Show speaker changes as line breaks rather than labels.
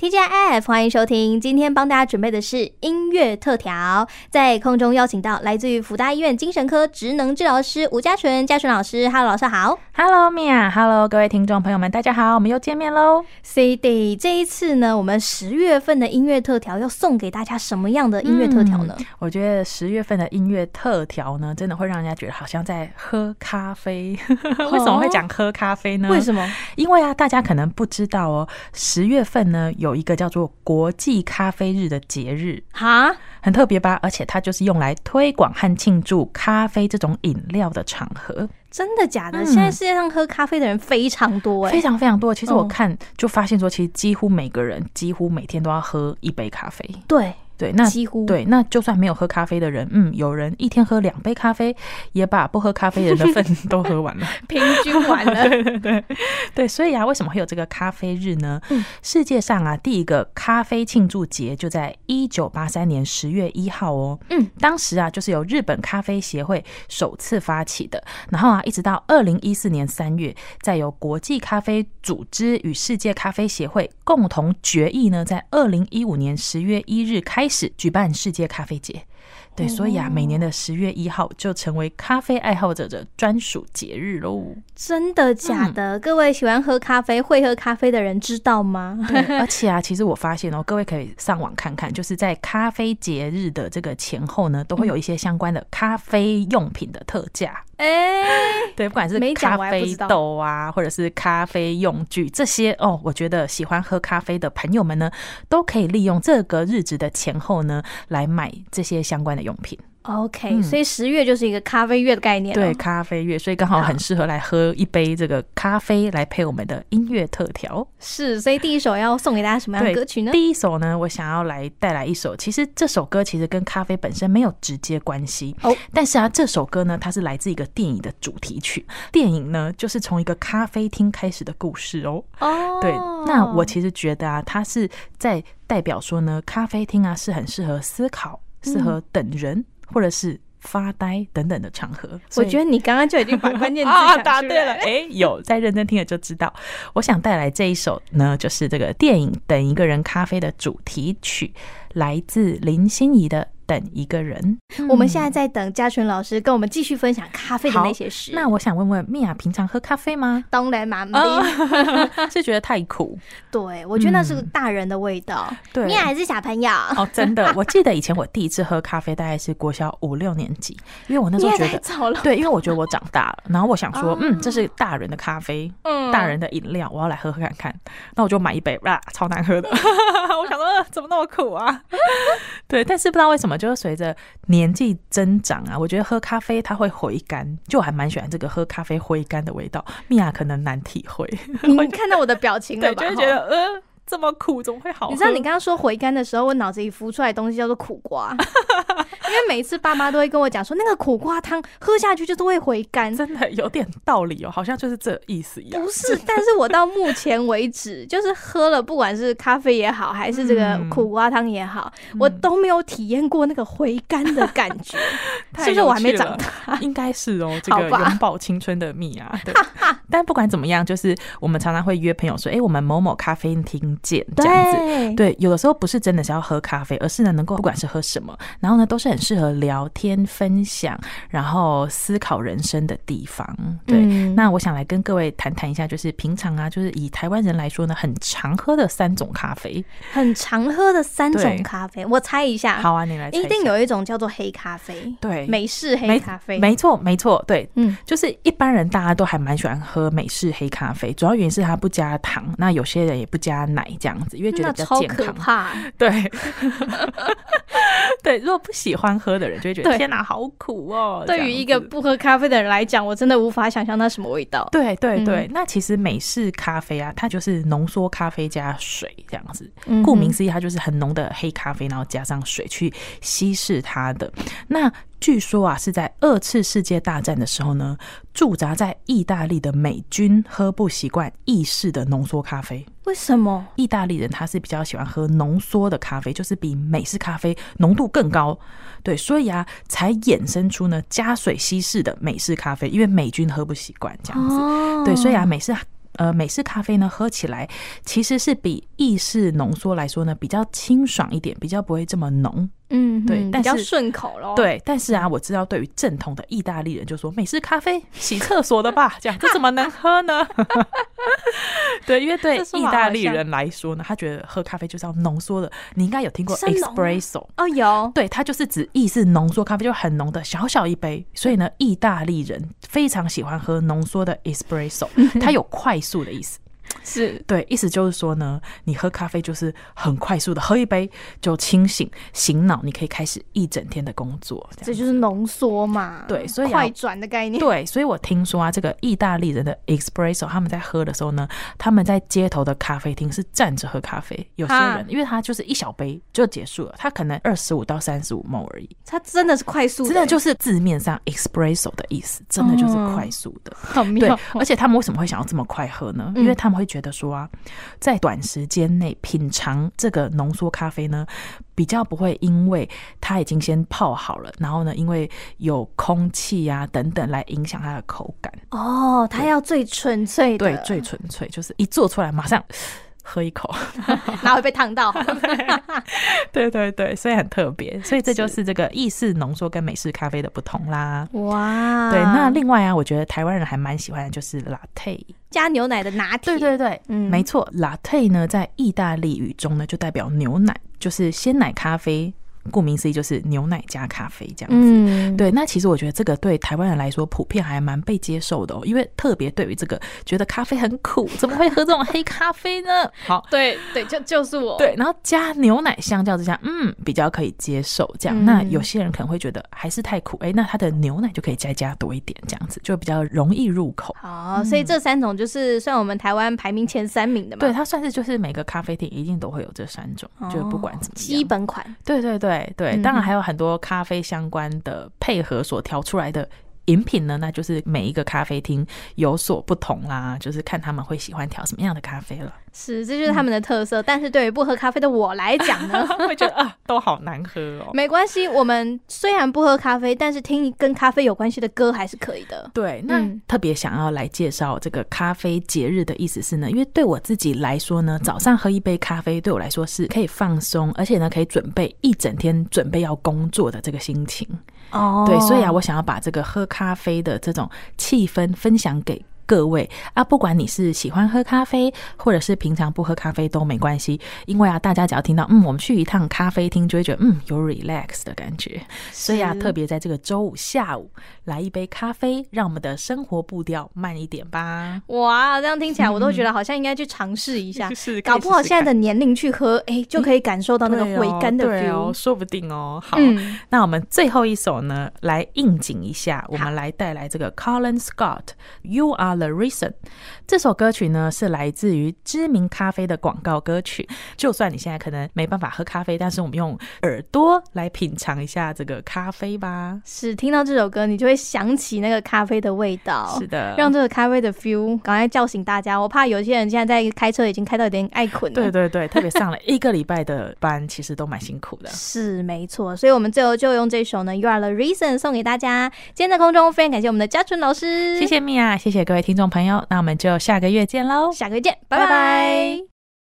TGIF，欢迎收听。今天帮大家准备的是音乐特调，在空中邀请到来自于福大医院精神科职能治疗师吴家纯，家纯老师，Hello，老师好。
Hello Mia，Hello 各位听众朋友们，大家好，我们又见面喽。
CD 这一次呢，我们十月份的音乐特调要送给大家什么样的音乐特调呢？
我觉得十月份的音乐特调呢，真的会让人家觉得好像在喝咖啡。 为什么会讲喝咖啡呢？
嗯哦为什么？
因为啊，大家可能不知道哦，十月份呢有一个叫做国际咖啡日的节日，
哈，
很特别吧？而且它就是用来推广和庆祝咖啡这种饮料的场合，
真的假的？
嗯
现在世界上喝咖啡的人非常多哎、
非常非常多。其实我
嗯
看就发现说，其实几乎每个人几乎每天都要喝一杯咖啡。
对，
对，那
几乎
对，那就算没有喝咖啡的人，嗯，有人一天喝两杯咖啡，也把不喝咖啡的人 的份都喝完了。
平均完 了。
对对对对，所以啊，为什么会有这个咖啡日呢？
嗯
世界上啊，第一个咖啡庆祝节就在一九八三年十月一号哦。
嗯，
当时啊，就是由日本咖啡协会首次发起的，然后啊，一直到二零一四年三月，再由国际咖啡组织与世界咖啡协会共同决议呢，在二零一五年十月一日开始举办世界咖啡节。对，所以
哦
啊，每年的十月一号就成为咖啡爱好者的专属节日喽。
真的假的？各位喜欢喝咖啡、会喝咖啡的人知道吗？
对，而且啊，其实我发现哦，各位可以上网看看，就是在咖啡节日的这个前后呢，都会有一些相关的咖啡用品的特价。
哎、
对，不管是
没讲
咖
我还不
啡
知道
豆啊，或者是咖啡用具这些哦，我觉得喜欢喝咖啡的朋友们呢，都可以利用这个日子的前后呢，来买这些相关的用品。
OK，、
嗯
所以十月就是一个咖啡月的概念、
对，，咖啡月，所以刚好很适合来喝一杯这个咖啡，来配我们的音乐特调。
是。所以第一首要送给大家什么样的
对
歌曲呢？
第一首呢，我想要来带来一首，其实这首歌其实跟咖啡本身没有直接关系
哦
但是啊，这首歌呢，它是来自一个电影的主题曲。电影呢，就是从一个咖啡厅开始的故事哦。
哦，
对，那我其实觉得啊，它是在代表说呢，咖啡厅啊是很适合思考、适
嗯
合等人、或者是发呆等等的场合。
我
所以
觉得你刚刚就已经把 关键字
啊，
讲
答
出
对了，
来
哎、有在认真听了就知道。我想带来这一首呢，就是这个电影《等一个人咖啡》的主题曲，来自林心怡的《等一个人》。
我们现在在等嘉纯老师跟我们继续分享咖啡的那些事。
那我想问问米娅，平常喝咖 啡吗？
当然嘛，
哦
没
是觉得太苦？
对我觉得那是个大人的味道。
对
你还是小朋友，
哦，真的，我记得以前我第一次喝咖啡大概是国小五六年级，因为我那时
你
候
也太
觉得。
早了。
对，因为我觉得我长大了，然后我想说，
哦
嗯，这是大人的咖啡，
嗯
大人的饮料，我要来喝喝看看。那我就买一杯，哇，超难喝的。 我想说，呃怎么那么苦啊？ 对，但是不知道为什么，就是随着年纪增长啊，我觉得喝咖啡它会回甘，就我还蛮喜欢这个喝咖啡回甘的味道。米娅可能难体会，
你看到我的表情了
对，
吧？
就会觉得呃，这么苦怎么会好喝？
你知道你刚刚说回甘的时候，我脑子里浮出来的东西叫做苦 瓜，因为每一次爸妈都会跟我讲说，那个苦瓜汤喝下去就是会回甘。
真的有点道理哦，好像就是这意思一样。
不是，但是我到目前为止，就是喝了不管是咖啡也好，还是这个
嗯
苦瓜汤也好，我都没有体验过那个回甘的感觉，
太
是不是？
有
我还没
趣
长
了
大，
应该是 哦，这
好
个
吧
拥抱青春的蜜 啊。对，但不管怎么样，就是我们常常会约朋友说，哎、我们某某咖啡厅见这样子。
对，
对，有的时候不是真的是要喝咖啡，而是呢能够不管是喝什么，然后呢都是很适合聊天、分享，然后思考人生的地方。对，
嗯
那我想来跟各位谈谈一下，就是平常啊，就是以台湾人来说呢，很常喝的三种咖啡。
很常喝的三种
对
咖啡，我猜一下，
好啊，你来猜
一定
下
有一种叫做黑咖啡，
对
美式黑
没
咖啡，
没错，没错，对，
嗯，
就是一般人大家都还蛮喜欢喝美式黑咖啡，主要原因是它不加糖，那有些人也不加奶这样子，因为觉得
那
比
超
较健
可
康。
怕。
对，对，如果不喜欢喝的人就会觉得
对
天哪，好苦哦。这
对
样
于一个
子
不喝咖啡的人来讲，我真的无法想象那什么味道。
对对对，
嗯
那其实美式咖啡啊，它就是浓缩咖啡加水这样子，
嗯哼
顾名思义，它就是很浓的黑咖啡，然后加上水去稀释它的。那据说啊，是在二次世界大战的时候呢，驻扎在意大利的美军喝不习惯意式的浓缩咖啡。
嗯为什么？
意大利人他是比较喜欢喝浓缩的咖啡，就是比美式咖啡浓度更高，对，所以啊，才衍生出呢加水稀释的美式咖啡，因为美军喝不习惯这样子，
哦
对，所以啊，美式呃美式咖啡呢喝起来其实是比意式浓缩来说呢比较清爽一点，比较不会这么浓。
嗯，
对
嗯比
但
较
是
顺口咯。，
对，但是啊，我知道对于正统的意大利人就说美式咖啡洗厕所的吧，这样这怎么能喝呢？ 对，因为对
这说
意
法
大
好
利
像
人来说呢，他觉得喝咖啡就是要浓缩的。你应该有听过
生浓吗
espresso，
哦，有
对，它就是指意式浓缩咖啡，就很浓的小小一杯。所以呢，意大利人非常喜欢喝浓缩的 espresso，它有快速的意思。
是
对，意思就是说呢，你喝咖啡就是很快速的喝一杯就清醒醒脑，你可以开始一整天的工作。这
这
样
就是浓缩嘛，
对所以啊
快转的概念。
对，所以我听说啊，这个意大利人的 espresso，他们在喝的时候呢，他们在街头的咖啡厅是站着喝咖啡。有些
啊
人，因为他就是一小杯就结束了，他可能二十五到三十五 ml 而已。
它真的是快速的，
真的就是字面上 espresso 的意思，真的就是快速的。
很
对
妙，
而且他们为什么会想要这么快喝呢？因为他们会觉得说啊，在短时间内品尝这个浓缩咖啡呢，比较不会因为它已经先泡好了，然后呢，因为有空气啊等等来影响它的口感。
哦，它要最纯粹的，
对， 最纯粹就是一做出来马上喝一口。
哪会被烫到？
对对对，所以很特别，所以这就是这个意式浓缩跟美式咖啡的不同啦。
哇，
对，那另外啊，我觉得台湾人还蛮喜欢的就是 latte。
加牛奶的拿铁，
对对对，
嗯
没错，latte 呢在意大利语中呢就代表牛奶，就是鲜奶咖啡，顾名思义就是牛奶加咖啡这样子。
嗯，
对，那其实我觉得这个对台湾人来说普遍还蛮被接受的哦，因为特别对于这个觉得咖啡很苦，怎么会喝这种黑咖 啡呢？好，
对对，就就是我，
对，然后加牛奶相较之下，嗯，比较可以接受这样。
嗯
那有些人可能会觉得还是太苦，哎、那它的牛奶就可以再加多一点，这样子就比较容易入口。
好，所以这三种就是算我们台湾排名前三名的嘛，哦
对，，它算是就是每个咖啡厅一定都会有这三种，就不管怎么样。
基本款
对对对对，
嗯
当然
哼
还有很多咖啡相关的配合所调出来的。饮品呢，那就是每一个咖啡厅有所不同啦，就是看他们会喜欢调什么样的咖啡 了。
是，这
嗯
就是他们的特色。但是对于不喝咖啡的我来讲呢，
会觉得啊，都好难喝哦。
没关系，我们虽然不喝咖啡，但是听跟咖啡有关系的歌还是可以的。
对，那
嗯
特别想要来介绍这个咖啡节日的意思是呢，因为对我自己来说呢，早上喝一杯咖啡对我来说是可以放松，而且呢可以准备一整天准备要工作的这个心情。
哦
对，所以啊，我想要把这个喝咖啡的这种气氛分享给。各位啊，不管你是喜欢喝咖啡，或者是平常不喝咖啡都没关系，因为啊，大家只要听到嗯，我们去一趟咖啡厅，就会觉得嗯，有 relax 的感觉。所以啊，
是
特别在这个周五下午来一杯咖啡，让我们的生活步调慢一点吧。
哇，这样听起来我都觉得好像应该去尝试一下，
嗯 是
搞不好现在的年龄去喝，哎、就可以感受到那个回甘的 feel。
哦，说不定哦。好，
嗯，
那我们最后一首呢，来应景一下，我
好
们来带来这个 Colin Scott《You Are the Reason》这首歌曲呢，是来自于知名咖啡的广告歌曲。就算你现在可能没办法喝咖啡，但是我们用耳朵来品尝一下这个咖啡吧。
是听到这首歌，你就会想起那个咖啡的味道。
是的，
让这个咖啡的 feel 赶快叫醒大家，我怕有些人现在在开车已经开到有点爱困了。
对对对，特别上了一个礼拜的班，其实都蛮辛苦的。
是没错，所以我们最后就用这首呢《You Are the Reason》送给大家。今天的空中非常感谢我们的嘉纯老师，
谢，谢米娅，谢谢各位听众朋友，那我们就下个月见喽。
下个月见，拜
拜
拜
拜